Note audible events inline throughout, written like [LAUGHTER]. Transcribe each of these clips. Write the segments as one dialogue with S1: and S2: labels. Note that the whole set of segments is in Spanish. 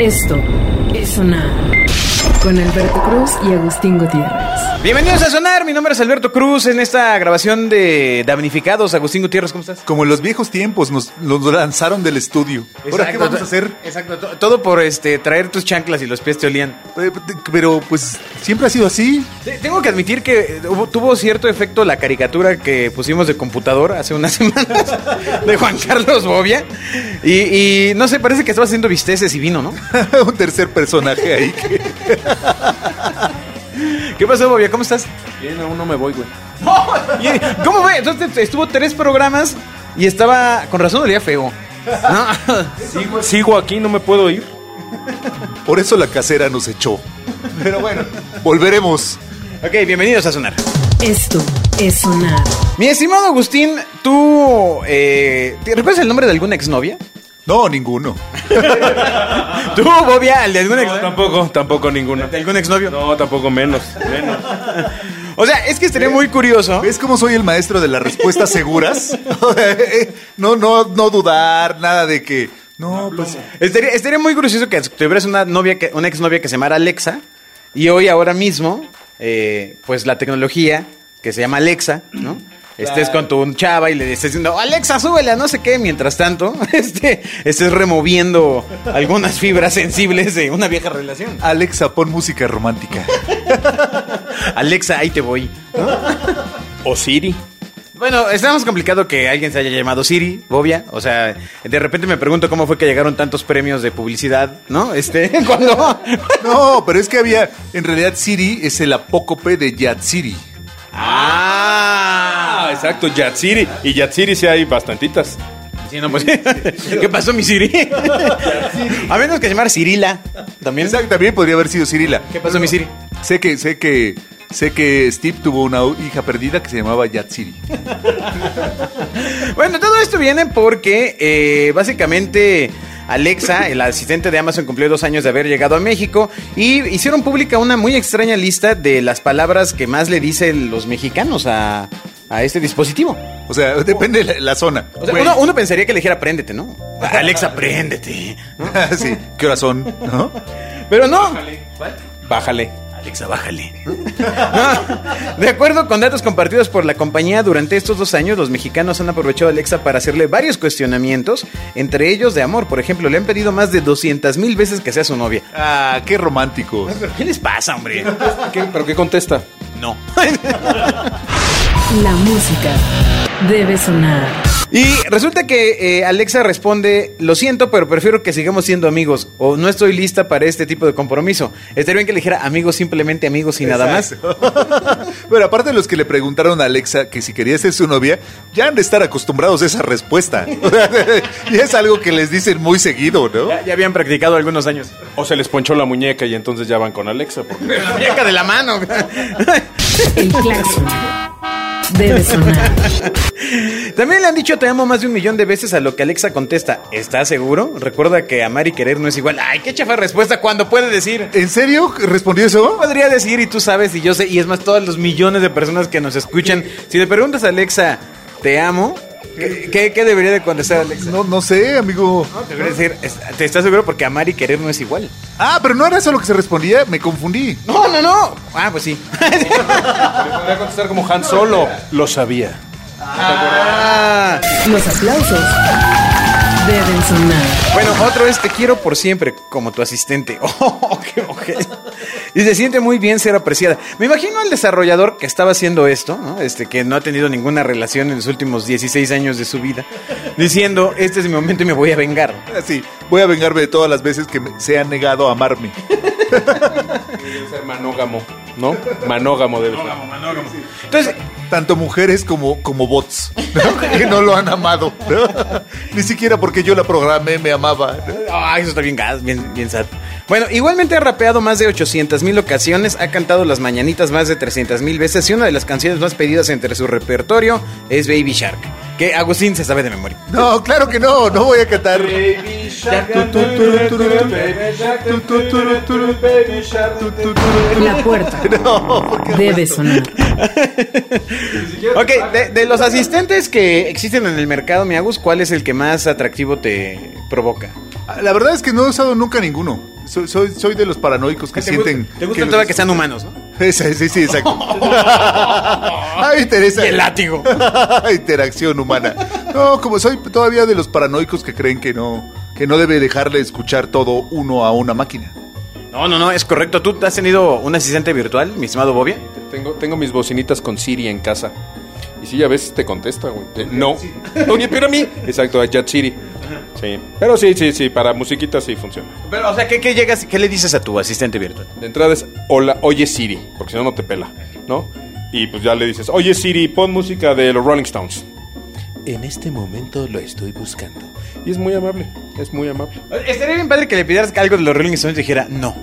S1: Esto es sonar con Alberto Cruz y Agustín Gutiérrez.
S2: Bienvenidos a Sonar, mi nombre es Alberto Cruz en esta grabación de Damnificados. Agustín Gutiérrez, ¿cómo estás?
S3: Como en los viejos tiempos, nos, nos lanzaron del estudio. ¿Ahora qué vamos a hacer?
S2: Exacto, to- todo por este traer tus chanclas y los pies te olían.
S3: Eh, Pero pues siempre ha sido así. [LAUGHS]
S2: Te- Tengo que admitir que eh, hubo- tuvo cierto efecto la caricatura que pusimos de computador hace unas [LAUGHS] semanas de Juan Carlos Bobia. Y, y no sé, parece que estaba haciendo visteces y vino, ¿no?
S3: Un tercer personaje ahí. que-
S2: ¿Qué pasó, Bobia? ¿Cómo estás?
S4: Bien, aún no me voy, güey.
S2: Bien, ¿Cómo ve? Entonces estuvo tres programas y estaba, con razón, olía feo. [LAUGHS] ¿no?
S4: Sigo, sigo aquí, no me puedo ir.
S3: Por eso la casera nos echó. Pero bueno, volveremos.
S2: Ok, bienvenidos a Sonar.
S1: Esto es sonar
S2: Mi estimado Agustín, tú. Eh, ¿te ¿Recuerdas el nombre de alguna exnovia?
S3: No, ninguno.
S2: Tú, Bobia, el de alguna
S4: No,
S2: exnovia.
S4: tampoco, tampoco ninguna.
S2: ¿De algún exnovio?
S4: No, tampoco menos. menos.
S2: O sea, es que estaría muy curioso.
S3: ¿Ves cómo soy el maestro de las respuestas seguras? [LAUGHS] Eh, no, no, no dudar, nada de que. No, pues.
S2: Estaría, estaría muy curioso que tuvieras una novia, que, una exnovia que se llamara Alexa. Y hoy, ahora mismo, eh, pues la tecnología que se llama Alexa, ¿no? Estés con tu chava y le estés diciendo, Alexa, súbele a no sé qué. Mientras tanto, [LAUGHS] este, estés removiendo algunas fibras sensibles de una vieja relación.
S3: Alexa, pon música romántica.
S2: Alexa, ahí te voy.
S4: O Siri.
S2: Bueno, está más complicado que alguien se haya llamado Siri, Bobia. O sea, de repente me pregunto cómo fue que llegaron tantos premios de publicidad, ¿no? Este, [LAUGHS] cuando.
S3: No, pero es que había. En realidad, Siri es el apócope de Yatsiri.
S4: Ah,
S2: ¡Ah!
S4: exacto, Yatsiri. Y Yatsiri sí hay bastantitas.
S2: Sí, no, pues, [LAUGHS] ¿Qué pasó, mi Siri? [LAUGHS] A menos que llamar Cirila. También.
S3: Exacto, también podría haber sido Cirila.
S2: ¿Qué pasó, mi Siri?
S3: Sé que, sé que, sé que Steve tuvo una hija perdida que se llamaba Yatsiri.
S2: Bueno, todo esto viene porque eh, básicamente Alexa, el asistente de Amazon, cumplió dos años de haber llegado a México y hicieron pública una muy extraña lista de las palabras que más le dicen los mexicanos a, a este dispositivo.
S3: O sea, [LAUGHS] depende de la, la zona.
S2: O sea,
S3: Güey.
S2: uno, uno pensaría que le dijera préndete, ¿no? Alexa, préndete.
S3: [LAUGHS] sí, ¿qué horas son? ¿No?
S2: Pero no.
S4: Bájale.
S2: Alexa, bájale. No, [LAUGHS] de acuerdo con datos compartidos por la compañía, durante estos dos años los mexicanos han aprovechado a Alexa para hacerle varios cuestionamientos, entre ellos de amor. Por ejemplo, le han pedido más de 200 mil veces que sea su novia.
S3: Ah, qué romántico.
S2: ¿Qué les pasa, hombre?
S4: ¿Pero qué contesta?
S2: No.
S1: La música debe sonar.
S2: Y resulta que eh, Alexa responde, lo siento, pero prefiero que sigamos siendo amigos o no estoy lista para este tipo de compromiso. Estaría bien que le dijera amigos, simplemente amigos y nada más.
S3: [LAUGHS] Pero aparte de los que le preguntaron a Alexa que si quería ser su novia, ya han de estar acostumbrados a esa respuesta. [LAUGHS] O sea, y es algo que les dicen muy seguido, ¿no?
S2: Ya, ya habían practicado algunos años.
S4: O se les ponchó la muñeca y entonces ya van con Alexa.
S2: [LAUGHS]
S4: porque-
S2: La muñeca de la [LAUGHS] mano.
S1: El claxon debe sonar.
S2: También le han dicho te amo más de un millón de veces a lo que Alexa contesta. ¿Estás seguro? Recuerda que amar y querer no es igual. Ay, qué chafa respuesta cuando puede decir.
S3: ¿En serio respondió
S2: ¿Cómo
S3: eso?
S2: podría decir y tú sabes y yo sé? Y es más, todos los millones de personas que nos escuchan. Si le preguntas a Alexa, te amo, ¿qué, qué- qué debería de contestar Alexa?
S3: No, no sé, amigo.
S2: Debería decir, "Es- ¿te estás seguro? Porque amar y querer no es igual.
S3: Ah, pero no era eso lo que se respondía, me confundí.
S2: No, no, no. Ah, pues sí.
S4: Le podría contestar como Han Solo. Lo sabía.
S2: Ah.
S1: Los aplausos deben sonar.
S2: Bueno, otro es te quiero por siempre como tu asistente. [LAUGHS] Oh, qué mujer. Y se siente muy bien ser apreciada. Me imagino al desarrollador que estaba haciendo esto, ¿no? este que no ha tenido ninguna relación en los últimos 16 años de su vida, diciendo, este es mi momento y me voy a vengar.
S3: Así, voy a vengarme de todas las veces que me- se han negado a amarme.
S4: Debe ser manógamo, ¿no? Manógamo debe ser.
S2: Entonces,
S3: Tanto mujeres como, como bots, ¿no? que no lo han amado. ¿no? [LAUGHS] Ni siquiera porque yo la programé me amaba. ¿no?
S2: Ay, ah, eso está bien gas, bien, bien sad. Bueno, igualmente ha rapeado más de 800 mil ocasiones, ha cantado las mañanitas más de 300 mil veces y una de las canciones más pedidas entre su repertorio es Baby Shark, que Agustín se sabe de memoria.
S3: No, claro que no, no voy a cantar.
S1: La puerta
S3: [LAUGHS] No, porque
S1: debe sonar.
S2: Ok, de, de los asistentes que existen en el mercado, mi Agus, ¿cuál es el que más atractivo te provoca?
S3: La verdad es que no he usado nunca ninguno. Soy, soy, soy de los paranoicos que
S2: ¿Te
S3: sienten.
S2: gusta, te gusta
S3: que
S2: todavía
S3: los-
S2: que sean humanos, ¿no?
S3: Sí, sí,
S2: [LAUGHS]
S3: sí, exacto. Ay, Teresa.
S2: Y el látigo.
S3: [LAUGHS] Interacción humana. No, como soy todavía de los paranoicos que creen que no, que no debe dejarle escuchar todo uno a una máquina.
S2: No, no, no, es correcto. ¿Tú has tenido un asistente virtual, mi estimado Bobia?
S4: Tengo, tengo mis bocinitas con Siri en casa. Y sí, a veces te contesta, güey. Eh, no. [LAUGHS] Oye, pero a mí. Exacto, a Jet Siri. Sí. Pero sí, sí, sí, para musiquita sí funciona.
S2: Pero, o sea, ¿qué, qué llegas, qué le dices a tu asistente virtual?
S4: De entrada es hola, oye Siri, porque si no, no te pela, ¿no? Y pues ya le dices, oye Siri, pon música de los Rolling Stones. En este momento lo estoy buscando. Y es muy amable, es muy amable.
S2: Estaría bien padre que le pidieras algo de los Rolling Stones y dijera no.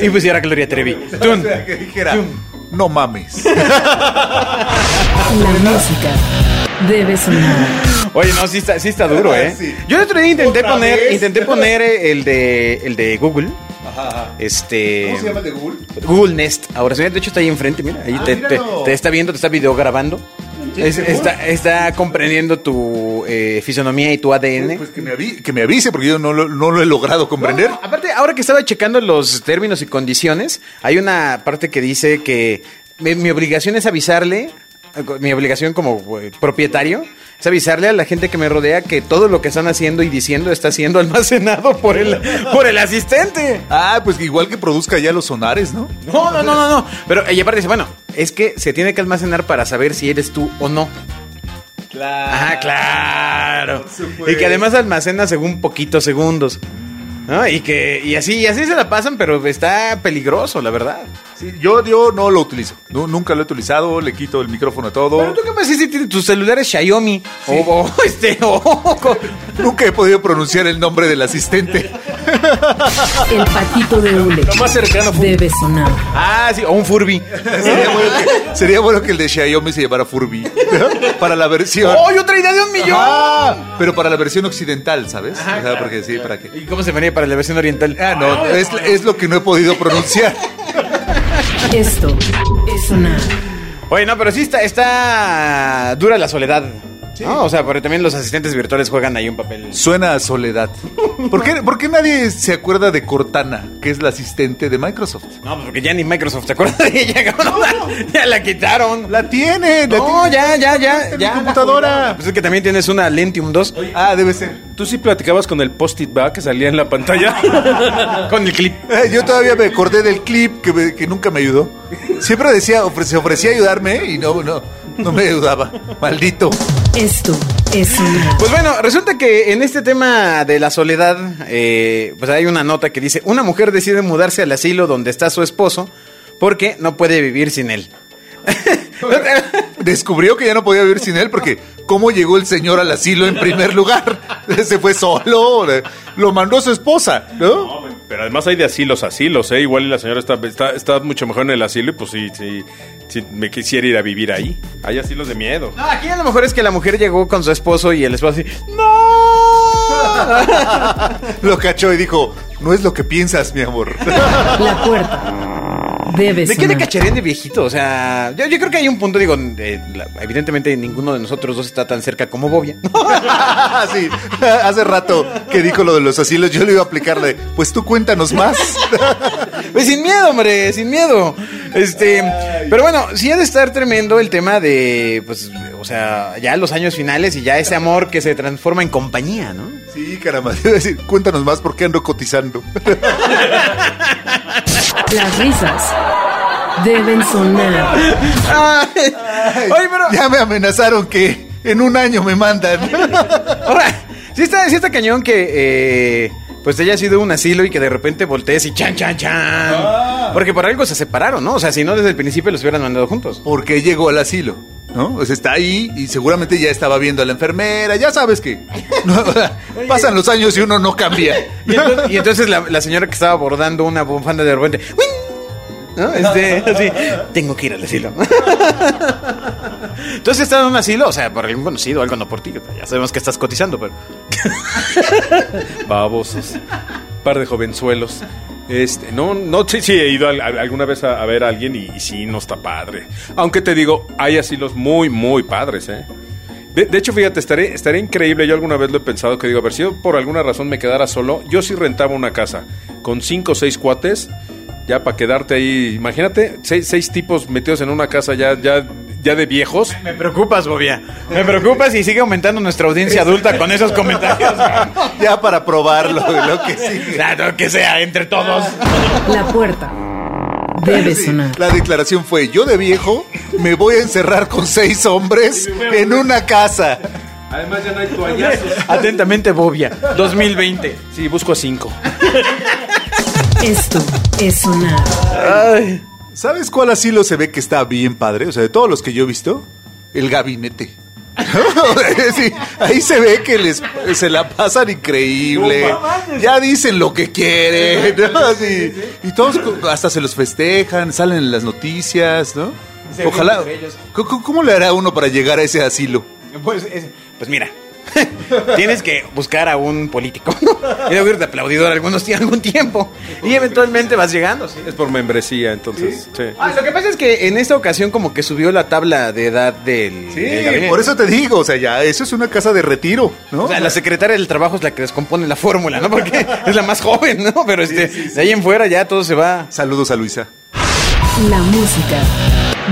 S2: Y pusiera [LAUGHS] Gloria Trevi. Tun.
S3: O sea, que dijera,
S2: [LAUGHS]
S3: no mames.
S1: La música debe sonar.
S2: Oye, no, sí está, sí está duro, ¿eh?
S3: Sí.
S2: Yo el otro día intenté
S3: ¿Otra
S2: poner,
S3: vez?
S2: intenté poner eh, el de, el de Google. Este.
S3: ¿Cómo se llama el de Google?
S2: Google Nest. Ahora sí, de hecho está ahí enfrente, mira. Ahí
S3: Ah,
S2: te, te-
S3: míralo.
S2: te está viendo, te está videograbando. Es-
S3: seguro.
S2: está, está comprendiendo tu eh, fisonomía y tu ADN.
S3: Pues que me, avi- que me avise, porque yo no lo, no lo he logrado comprender.
S2: No, aparte, ahora que estaba checando los términos y condiciones, hay una parte que dice que mi, mi obligación es avisarle, mi obligación como eh, propietario, es avisarle a la gente que me rodea que todo lo que están haciendo y diciendo está siendo [LAUGHS] almacenado por el, por el asistente.
S3: Ah, pues que igual que produzca ya los sonares, ¿no?
S2: No, no, no, no, no. Pero ella aparte dice, bueno, es que se tiene que almacenar para saber si eres tú o no.
S3: Claro.
S2: Ah, claro.
S3: supuesto.
S2: Y que además almacena según poquitos segundos. ¿no? Y que y así y así se la pasan, pero está peligroso, la verdad.
S3: Sí, yo, yo no lo utilizo. Nu- nunca lo he utilizado, le quito el micrófono a todo.
S2: Pero tú qué pasa si tienes tus celulares Xiaomi o, o, este o o-
S3: Nunca he podido pronunciar el nombre
S2: [LAUGHS]
S3: del asistente.
S1: El patito de hule
S4: Lo más cercano fue
S1: debe sonar.
S2: Ah, [LAUGHS] sí, o un Furby.
S3: sería, bueno que, sería bueno que el de Xiaomi se llevara Furby. ¿no? Para la versión.
S2: ¡Oh, yo traía de un millón!
S3: Ah, pero para la versión occidental, ¿sabes? o sea, porque sí, ¿para qué?
S2: ¿Y cómo se venía para la versión oriental?
S3: Ah, no, es, es lo que no he podido pronunciar.
S1: Esto es sonar.
S2: Oye, no, pero sí está, está dura la soledad. ¿no? O sea, pero también los asistentes virtuales juegan ahí un papel.
S3: Suena a soledad. ¿Por qué, por qué nadie se acuerda de Cortana, que es la asistente de Microsoft?
S2: No, pues porque ya ni Microsoft se [LAUGHS] acuerda de ella, cabrón. Ya la quitaron.
S3: La tiene, la
S2: no,
S3: tiene.
S2: ya, ya, ya.
S3: en
S2: ya
S3: mi computadora.
S2: Pues es que también tienes una Lentium 2
S3: Ah, debe ser.
S4: ¿Tú sí platicabas con el post-it va que salía en la pantalla? [LAUGHS]
S2: con el clip.
S3: Eh, Yo todavía me acordé del clip que, me- que nunca me ayudó. Siempre decía, ofre- se ofrecía a ayudarme y no, no, no me ayudaba. Maldito.
S1: Esto es sonar.
S2: Pues bueno, resulta que en este tema de la soledad, eh, pues hay una nota que dice, una mujer decide mudarse al asilo donde está su esposo porque no puede vivir sin él.
S3: Descubrió que ya no podía vivir sin él porque cómo llegó el señor al asilo en primer lugar. [LAUGHS] Se fue solo, eh, lo mandó su esposa, ¿no?
S4: Pero además hay de asilos, asilos, ¿eh? Igual y la señora está, está, está mucho mejor en el asilo y pues sí, sí, sí, me quisiera ir a vivir ahí. Hay asilos de miedo.
S2: No, aquí a lo mejor es que la mujer llegó con su esposo y el esposo así, ¡No!
S3: Lo cachó y dijo, no es lo que piensas, mi amor. [LAUGHS]
S1: La puerta debe
S2: ¿De qué te
S1: sonar.
S2: cacharían de viejito? O sea, yo, yo creo que hay un punto, digo, eh, la- evidentemente ninguno de nosotros dos está tan cerca como Bobia. [LAUGHS]
S3: sí, hace rato que dijo lo de los asilos, yo le iba a aplicarle, pues tú cuéntanos más. [LAUGHS]
S2: Pues sin miedo, hombre, sin miedo. Este, pero bueno, sí ha de estar tremendo el tema de, pues, o sea, ya los años finales y ya ese amor que se transforma en compañía, ¿no?
S3: Sí, caramba, [LAUGHS] iba a decir, cuéntanos más porque ando cotizando.
S1: Las risas deben sonar.
S2: Ay, oye, pero,
S3: [LAUGHS] Ya me amenazaron que en un año me mandan.
S2: ahora, sí está, sí está cañón que, eh, pues te haya sido un asilo y que de repente voltees y chan, chan, chan. Porque por algo se separaron, ¿no? O sea, si no desde el principio los hubieran mandado juntos.
S3: Porque llegó al asilo, ¿no? O sea, está ahí y seguramente ya estaba viendo a la enfermera. Ya sabes que no, [LAUGHS] pasan los años y uno no cambia.
S2: Y entonces, y entonces la, la señora que estaba bordando una bufanda de repente, ¡uin! ¿no? Este, así, tengo que ir al asilo. [LAUGHS] Entonces estás en un asilo, o sea, por algún conocido, algo no por ti, ya sabemos que estás cotizando, pero
S4: babosos, par de jovenzuelos. Este, no, no, sí, sí, he ido al- al- alguna vez a, a ver a alguien y, y sí, no está padre. Aunque te digo, hay asilos muy, muy padres, ¿eh? De, de hecho, fíjate, estaría, estaría increíble. Yo alguna vez lo he pensado que digo, a ver, si yo por alguna razón me quedara solo, yo sí rentaba una casa con cinco o seis cuates, ya para quedarte ahí. Imagínate, seis, seis tipos metidos en una casa ya, ya, ya de viejos.
S2: Me preocupas, Bobia. Me preocupas y sigue aumentando nuestra audiencia adulta con esos comentarios.
S3: Ya para probarlo, lo que sigue.
S2: Claro, que sea, entre todos.
S1: La puerta debe
S3: Sí,
S1: sonar.
S3: La declaración fue, yo de viejo me voy a encerrar con seis hombres en una casa.
S4: Además, ya no hay toallazos.
S2: Atentamente, Bobia. 2020.
S4: Sí, busco a cinco.
S1: Esto es sonar.
S2: Ay.
S3: ¿Sabes cuál asilo se ve que está bien padre? O sea, de todos los que yo he visto, el gabinete. [LAUGHS] Sí, ahí se ve que les, se la pasan increíble. Ya dicen lo que quieren. ¿no? Así. Y todos co- hasta se los festejan, salen en las noticias, ¿no?
S2: Se
S3: Ojalá.
S2: ríen entre ellos.
S3: ¿Cómo- ¿Cómo cómo le hará uno para llegar a ese asilo?
S2: Pues, es- pues mira, [LAUGHS] tienes que buscar a un político [LAUGHS] ¿no? y debe irte aplaudidor algunos tie- algún tiempo. Y eventualmente vas llegando, sí.
S4: Es por membresía, entonces. Sí.
S2: Ah, lo que pasa es que en esta ocasión como que subió la tabla de edad del... del gabinete.
S3: por eso te digo, o sea, ya eso es una casa de retiro, ¿no?
S2: O sea, la secretaria del trabajo es la que descompone la fórmula, ¿no? [LAUGHS] Porque es la más joven, ¿no? Pero este, de ahí en fuera ya todo se va.
S3: Saludos a Luisa.
S1: La música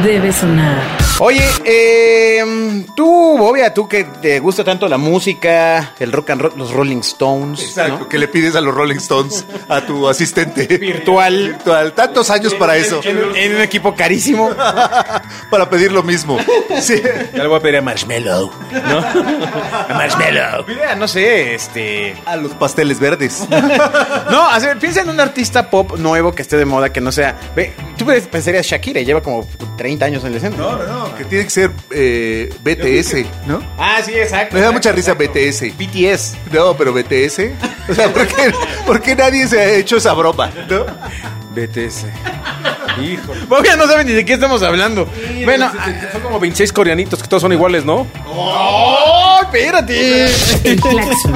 S1: debe sonar.
S2: Oye, eh, tú, Bobia, tú que te gusta tanto la música, el rock and roll, los Rolling Stones,
S3: Exacto,
S2: ¿no?
S3: que le pides a los Rolling Stones, a tu asistente
S2: Virtual.
S3: virtual, tantos años para eso,
S2: En, en un equipo carísimo.
S3: para pedir lo mismo. Sí.
S4: Ya le voy a pedir a Marshmallow.
S2: A Marshmallow. Mira, no sé, este...
S3: A los pasteles verdes.
S2: No, a ver, piensa en un artista pop nuevo que esté de moda, que no sea... Ve, tú pensarías Shakira, lleva como 30 años en el escena.
S3: No, no, no, que tiene que ser eh, BTS, ¿no?
S2: Ah, sí, exacto.
S3: Me da mucha risa BTS.
S2: BTS.
S3: No, pero BTS. O sea, ¿por qué, por qué nadie se ha hecho esa broma? ¿no?
S4: Ah. BTS. Hijo.
S2: Bobia no saben ni de qué estamos hablando. bueno,
S4: son como 26 coreanitos que todos son iguales, ¿no?
S2: ¡Oh, espérate!
S1: El claxon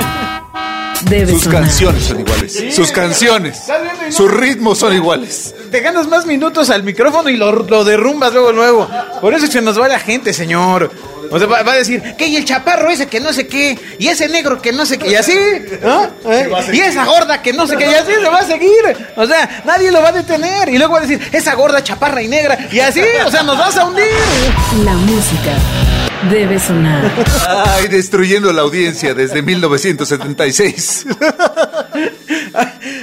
S1: debe
S3: Sus
S1: sonar.
S3: canciones son iguales. Sus canciones. Sus ritmos son iguales.
S2: Te ganas más minutos al micrófono y lo, lo derrumbas luego, luego. Por eso se nos va la gente, señor. O sea, va, va a decir, ¿qué? Y el chaparro ese que no sé qué, y ese negro que no sé qué, y así, ¿no? ¿Eh? Y esa gorda que no sé qué, y así se va a seguir. O sea, nadie lo va a detener. Y luego va a decir, esa gorda, chaparra y negra, y así, o sea, nos vas a hundir.
S1: La música debe sonar.
S3: Ay, destruyendo la audiencia desde 1976.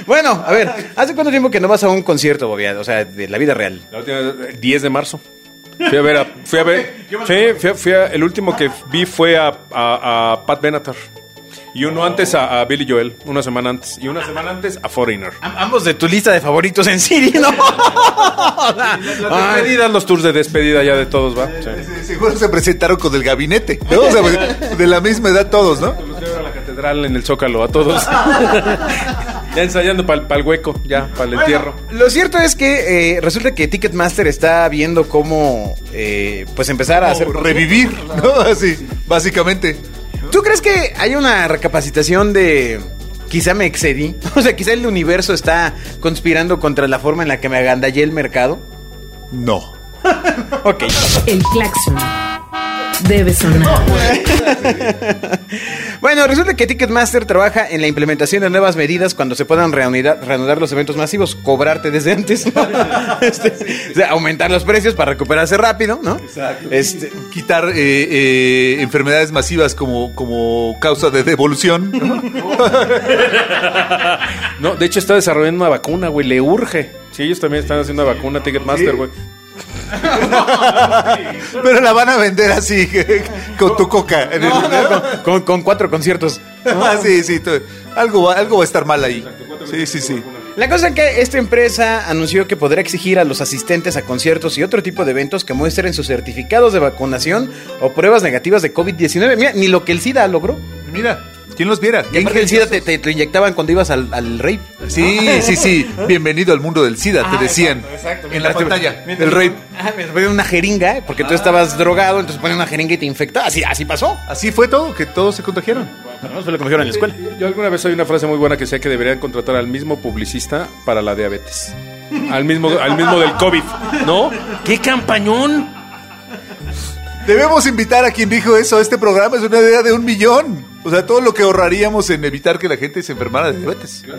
S2: Bueno, a ver, ¿hace cuánto tiempo que no vas a un concierto, Bobia? O sea, de la vida real.
S4: La última, el 10 de marzo. Fui a ver a. Fui a [LAUGHS] ver. Sí, fui a- fui a- el último que vi fue a, a- a Pat Benatar. Y uno antes a, a Billy Joel, una semana antes. Y una semana antes a Foreigner.
S2: Am- ambos de tu lista de favoritos en Siri, ¿no?
S4: Las despedidas, los tours de despedida ya de todos, ¿va? Sí.
S3: Sí, Seguro se presentaron con el gabinete. ¿no? O sea, pues, de la misma edad todos, ¿no?
S4: Los veo a la catedral en el Zócalo, a [LAUGHS] todos. ya ensayando para el hueco, ya, para el entierro.
S2: Lo cierto es que eh, resulta que Ticketmaster está viendo cómo eh, pues empezar a hacer.
S3: O revivir, ¿no? Así, básicamente.
S2: ¿Tú crees que hay una recapacitación de quizá me excedí? [LAUGHS] O sea, quizá el universo está conspirando contra la forma en la que me agandallé el mercado. [LAUGHS]
S3: No.
S2: Ok.
S1: El claxon debe sonar.
S2: Bueno, resulta que Ticketmaster trabaja en la implementación de nuevas medidas cuando se puedan reanudar, reanudar los eventos masivos, cobrarte desde antes, [LAUGHS] Este, o sea, aumentar los precios para recuperarse rápido, ¿no? Exacto. Este,
S3: Quitar eh, eh, enfermedades masivas como, como causa de devolución. ¿no?
S4: No, de hecho está desarrollando una vacuna, güey, le urge. Sí, ellos también están haciendo una vacuna, Ticketmaster, güey.
S3: Pero la van a vender así, [LAUGHS] con tu coca. en el-
S2: con, con cuatro conciertos.
S3: Ah, [LAUGHS] sí, sí. tú- Algo, va- algo va a estar mal ahí. Sí, sí, sí.
S2: La cosa es que esta empresa anunció que podrá exigir a los asistentes a conciertos y otro tipo de eventos que muestren sus certificados de vacunación o pruebas negativas de COVID-19. Mira, ni lo que el SIDA logró.
S3: Mira, ¿quién los viera?
S2: Ya que el SIDA te, te- te inyectaban cuando ibas al, al rave.
S3: Sí,
S2: [LAUGHS]
S3: sí, sí. Bienvenido al mundo del SIDA, te
S2: Ah,
S3: decían.
S2: exacto, exacto.
S3: En la
S2: Mientras te-
S3: pantalla, Ah.
S2: mientras-
S3: el rape.
S2: Ah, me ponían una jeringa, ¿eh? porque tú estabas drogado, entonces ponían una jeringa y te infectaba. Así, así pasó.
S3: Así fue todo, que todos se contagiaron.
S2: No, lo en la escuela.
S4: Yo alguna vez oí una frase muy buena que decía que deberían contratar al mismo publicista para la diabetes. Al mismo, al mismo del COVID, ¿no? ¡Qué campañón!
S3: Debemos invitar a quien dijo eso. Este programa es una idea de un millón. O sea, todo lo que ahorraríamos en evitar que la gente se enfermara de diabetes.
S4: [LAUGHS]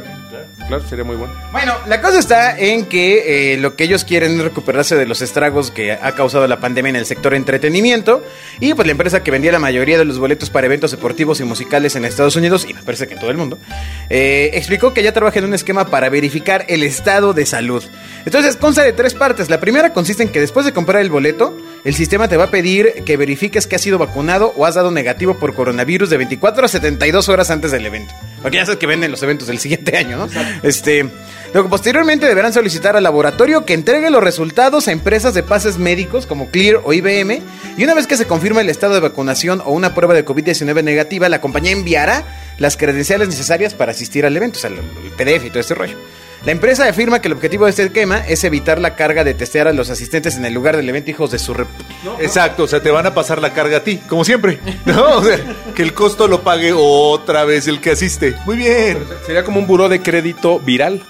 S4: Claro, sería muy bueno.
S2: Bueno, la cosa está en que eh, lo que ellos quieren es recuperarse de los estragos que ha causado la pandemia en el sector entretenimiento. Y pues la empresa que vendía la mayoría de los boletos para eventos deportivos y musicales en Estados Unidos, y me parece que en todo el mundo, eh, explicó que ya trabaja en un esquema para verificar el estado de salud. Entonces, consta de tres partes. La primera consiste en que después de comprar el boleto, el sistema te va a pedir que verifiques que has sido vacunado o has dado negativo por coronavirus de 24 a 72 horas antes del evento. Porque ya sabes que venden los eventos del siguiente [LAUGHS] año, ¿no? Este, luego, posteriormente deberán solicitar al laboratorio que entregue los resultados a empresas de pases médicos como Clear o IBM. Y una vez que se confirme el estado de vacunación o una prueba de COVID-19 negativa, la compañía enviará las credenciales necesarias para asistir al evento, o sea, el el PDF y todo este rollo. La empresa afirma que el objetivo de este esquema es evitar la carga de testear a los asistentes en el lugar del evento, hijos de su rep.
S3: Exacto, o sea, te van a pasar la carga a ti, como siempre. ¿No? [LAUGHS] O sea, que el costo lo pague otra vez el que asiste. Muy bien.
S4: Sería como un buró de crédito viral,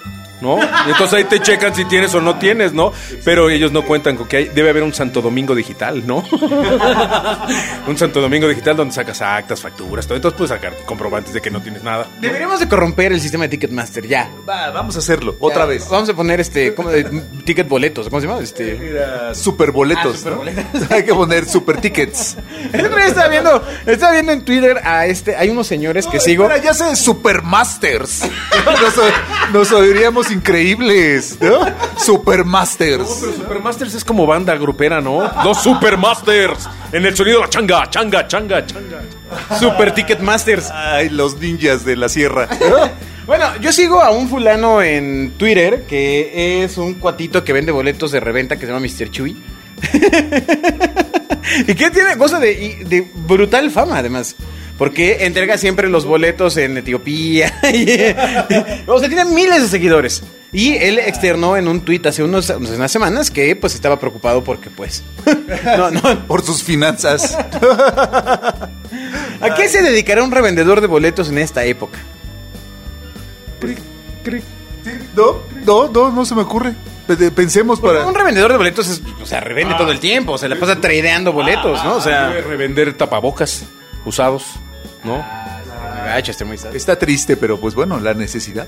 S4: ¿no? Y entonces ahí te checan si tienes o no tienes, ¿no? Pero ellos no cuentan con que hay- debe haber un Santo Domingo digital, ¿no? [LAUGHS] un Santo Domingo digital donde sacas actas, facturas, todo. Entonces puedes sacar comprobantes de que no tienes nada.
S2: Deberíamos de corromper el sistema de Ticketmaster, ya.
S3: Va, vamos a hacerlo, otra
S2: Ya,
S3: vez.
S2: Vamos a poner este, ¿cómo? [LAUGHS] Eh, ticket boletos, ¿cómo se llama? Este.
S3: Superboletos.
S2: Ah, superboletos.
S3: ¿no? [LAUGHS] Hay que poner super tickets.
S2: El otro día estaba viendo, estaba viendo en Twitter a este, hay unos señores que sigo.
S3: Espera, ya sé, Supermasters. Nos, o- [LAUGHS] nos oiríamos increíbles, ¿no? Supermasters.
S4: Supermasters es como banda grupera, ¿no? Los Supermasters en el sonido de la changa, changa, changa, changa.
S2: Super Ticketmasters.
S3: Ay, los ninjas de la sierra.
S2: Bueno, yo sigo a un fulano en Twitter que es un cuatito que vende boletos de reventa que se llama Mr. Chuy. [LAUGHS] y que tiene cosa de, y de brutal fama, además. Porque entrega siempre los boletos en Etiopía. [LAUGHS] y- o sea, tiene miles de seguidores. Y él externó en un tuit hace unos, unas semanas que pues estaba preocupado porque pues... [LAUGHS] no, no,
S3: Por sus [LAUGHS] finanzas.
S2: ¿A qué se dedicará un revendedor de boletos en esta época?
S3: No, no, no, no se me ocurre. Pe- Pensemos para.
S2: Un revendedor de boletos es, o sea, revende todo el tiempo, se la pasa tradeando boletos, ¿no? O
S4: Ah, Debe
S2: sea,
S4: revender tapabocas usados, ¿no?
S2: gacho, este muy sad.
S3: Está triste, pero pues bueno, la necesidad.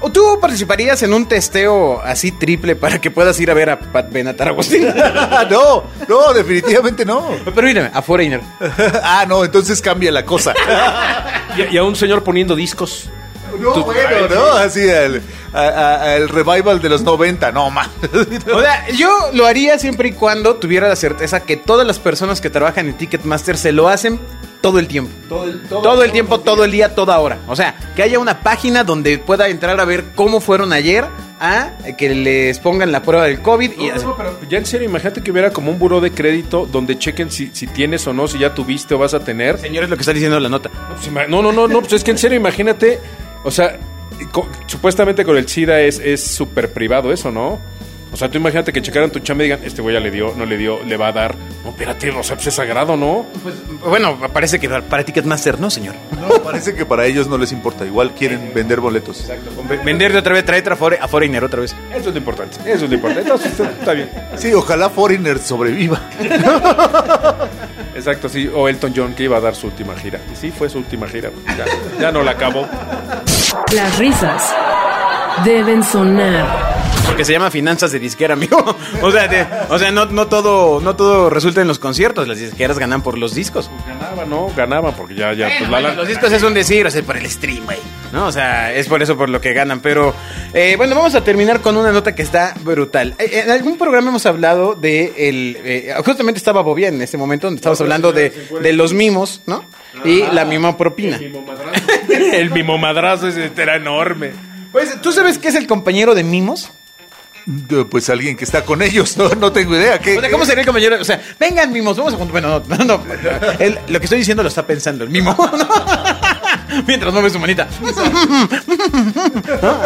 S2: ¿O tú participarías en un testeo así triple para que puedas ir a ver a Pat Benatar Agustín?
S3: [LAUGHS]
S2: [LAUGHS]
S3: no, no, definitivamente [LAUGHS] no.
S2: Permíteme, a Foreigner.
S3: ah, no, entonces cambia la cosa.
S4: Y, y a un señor poniendo discos.
S3: [LAUGHS] [LAUGHS] No,
S4: Tú-
S3: bueno, ¿no? Así al, a- a- al revival de los 90, no [LAUGHS] más.
S2: O sea, yo lo haría siempre y cuando tuviera la certeza que todas las personas que trabajan en Ticketmaster se lo hacen todo el tiempo. Todo el, tiempo, todo el día, toda hora. O sea, que haya una página donde pueda entrar a ver cómo fueron ayer, a que les pongan la prueba del COVID y así.
S4: Ya en serio, imagínate que hubiera como un buró de crédito donde chequen si, si tienes o no, si ya tuviste o vas a tener.
S2: Señores, lo que está diciendo la nota.
S4: No, pues, ima- No, no, no, no, pues es que en serio, imagínate, o sea, co- supuestamente con el SIDA es es súper privado eso, ¿no? O sea, tú imagínate que checaran tu chamba y digan, este güey ya le dio, no le dio, le va a dar. No, espérate, o sea, pues es sagrado, ¿no?
S2: Bueno, parece que para Ticketmaster no, señor.
S3: No, parece que para ellos no les importa. Igual quieren vender boletos.
S2: Vender de otra vez, traer a, Fore- a Foreigner otra vez.
S4: Eso es lo importante, eso es lo importante. Entonces, está- está bien.
S3: Sí, ojalá Foreigner sobreviva.
S4: Exacto, sí. O Elton John que iba a dar su última gira. Y sí, fue su última gira. pues, Ya, ya no la acabó.
S1: Las risas deben sonar.
S2: Porque se llama finanzas de disquera, amigo. [LAUGHS] O sea, de- o sea no, no, todo, no todo resulta en los conciertos. Las disqueras ganan por los discos.
S4: Ganaba, ¿no? Ganaba porque ya, ya. pues, la,
S2: Bueno,
S4: la-
S2: Los discos es un decir, o sea, por el stream, güey. ¿No? O sea, es por eso por lo que ganan. Pero eh, bueno, vamos a terminar con una nota que está brutal. Eh, En algún programa hemos hablado de el. eh, justamente estaba Bobia en ese momento, donde estábamos hablando de, de los mimos, ¿no? Y la mima propina.
S4: [LAUGHS] El mimo madrazo ese era enorme.
S2: Pues, ¿tú sabes qué es el compañero de mimos?
S3: Eh, Pues alguien que está con ellos, no, no tengo idea.
S2: [LAUGHS]
S3: ¿qué-
S2: O sea, ¿cómo sería el compañero? O sea, vengan mimos, vamos a juntar. Bueno, no, no, no. El- lo que estoy diciendo lo está pensando el mimo. [LAUGHS] ¿no? Mientras mueve su manita. ¿No?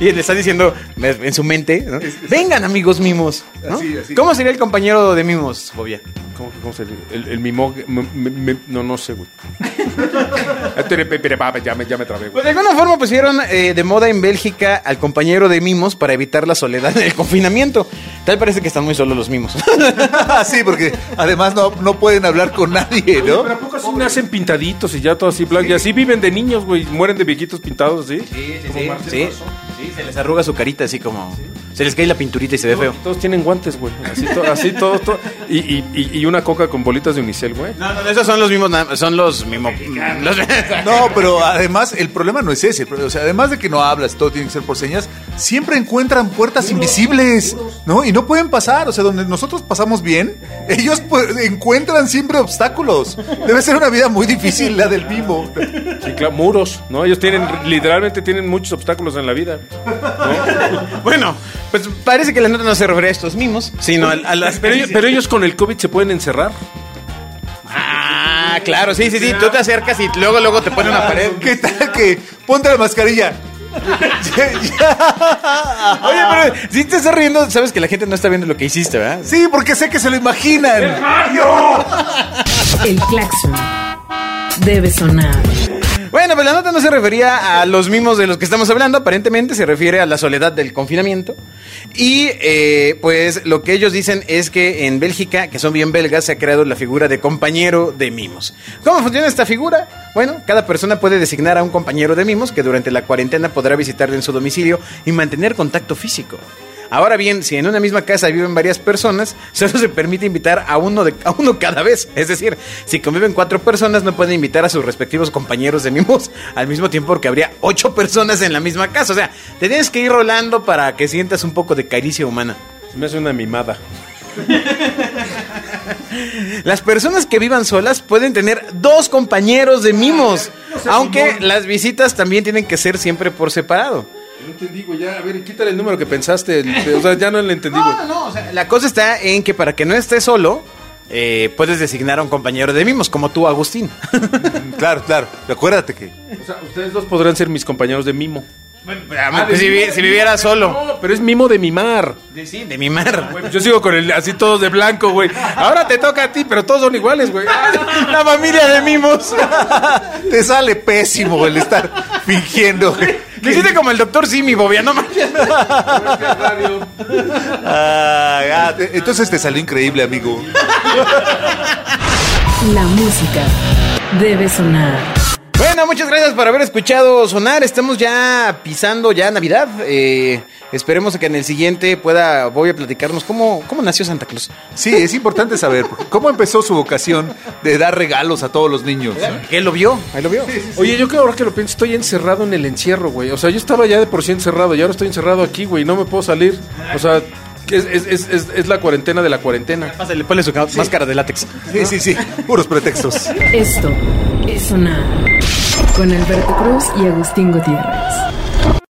S2: [LAUGHS] y le está diciendo en su mente, ¿no? Vengan amigos mimos. ¿no?
S3: Así, así.
S2: ¿Cómo sería el compañero de mimos, Bobia?
S4: ¿Cómo, cómo se le El, el mimo. me- me- me- no, no
S2: [LAUGHS]
S4: sé, güey. Ah, ya, me, ya me trabé, güey.
S2: Pues de alguna forma pusieron eh, de moda en Bélgica al compañero de mimos para evitar la soledad del confinamiento. Tal parece que están muy solos los mimos.
S3: [LAUGHS] Ah, sí, porque además no, no pueden hablar con nadie, ¿no?
S4: Pero ¿a poco así nacen pintaditos y ya todo así blanco? Y así viven de niños, güey. Mueren de viejitos pintados, ¿sí? Como Marcel
S2: sí,
S4: Marceau.
S2: sí, se les arruga su carita así como... Se les cae la pinturita y se ve feo.
S4: Todos tienen guantes, güey. Así, to- así todos. to- y, y- y- y una coca con bolitas de unicel, güey.
S2: No, no, esos son los mismos, na- son los mimos...
S3: No, pero además el problema no es ese. el problema- O sea, además de que no hablas, todo tiene que ser por señas, siempre encuentran puertas invisibles, ¿no? Y no pueden pasar. O sea, donde nosotros pasamos bien, ellos pues, encuentran siempre obstáculos. Debe ser una vida muy difícil la del vivo.
S4: Sí, claro, muros, ¿no? Ellos tienen,
S2: Ah.
S4: literalmente tienen muchos obstáculos en la vida.
S2: bueno, pues parece que la nota no se refería a estos mimos, sino al- a, las...
S4: Pero, ellos- pero ellos con el COVID se pueden encerrar.
S2: Ah, claro, sí, sí, sí, tú te acercas y luego, luego te ponen una pared.
S3: [LAUGHS] ¿Qué tal que ponte la mascarilla? [LAUGHS]
S2: Oye, pero si te estás riendo, sabes que la gente no está viendo lo que hiciste, ¿verdad?
S3: Sí, porque sé que se lo imaginan.
S1: El claxon debe sonar.
S2: Bueno, pues la nota no se refería a los mismos de los que estamos hablando, aparentemente se refiere a la soledad del confinamiento. Y eh, pues lo que ellos dicen es que en Bélgica, que son bien belgas, se ha creado la figura de compañero de mimos. ¿Cómo funciona esta figura? Bueno, cada persona puede designar a un compañero de mimos que durante la cuarentena podrá visitarle en su domicilio y mantener contacto físico. Ahora bien, si en una misma casa viven varias personas, solo se permite invitar a uno, de, a uno cada vez. Es decir, si conviven cuatro personas, no pueden invitar a sus respectivos compañeros de mimos al mismo tiempo porque habría ocho personas en la misma casa. O sea, te tienes que ir rolando para que sientas un poco de caricia humana.
S4: Se me hace una mimada.
S2: Las personas que vivan solas pueden tener dos compañeros de mimos, aunque las visitas también tienen que ser siempre por separado.
S4: No entendí, güey. Ya, a ver, quítale el número que pensaste. el- O sea, ya [LAUGHS] no le entendí, güey.
S2: No, no, no, o sea, la cosa está en que para que no estés solo, eh, puedes designar a un compañero de mimos, como tú, Agustín. Mm,
S3: Claro, claro. Acuérdate que.
S4: O sea, ustedes dos podrán ser mis compañeros de mimo.
S2: Pues si, vi- si viviera solo.
S4: No, pero es mimo de mimar.
S2: De, sí, de mimar.
S4: Güey, Yo sigo con el así todos de blanco, güey. Ahora te toca a ti, pero todos son iguales, güey. Ah,
S2: La familia de [LAUGHS] mimos.
S3: Te sale pésimo el estar fingiendo.
S2: Lo hiciste como el doctor Simi, Bobia, no manches.
S3: Ah, ah, te- entonces te salió increíble, amigo.
S1: La música debe sonar.
S2: Bueno, muchas gracias por haber escuchado sonar. Estamos ya pisando ya Navidad. Eh, esperemos que en el siguiente pueda Bobia platicarnos cómo, cómo nació Santa Claus.
S3: Sí, es importante saber porque cómo empezó su vocación de dar regalos a todos los niños. ¿no?
S2: Que él lo vio, ahí lo vio.
S4: Oye, yo que ahora que lo pienso, estoy encerrado en el encierro, güey. O sea, yo estaba ya de por sí encerrado y ahora estoy encerrado aquí, güey. No me puedo salir. O sea, es, es- es- es- es la cuarentena de la cuarentena.
S2: Pásale, ponle su ca- máscara de látex.
S3: Sí, sí, sí. Puros pretextos.
S1: Esto es sonar. Con Alberto Cruz y Agustín Gutiérrez.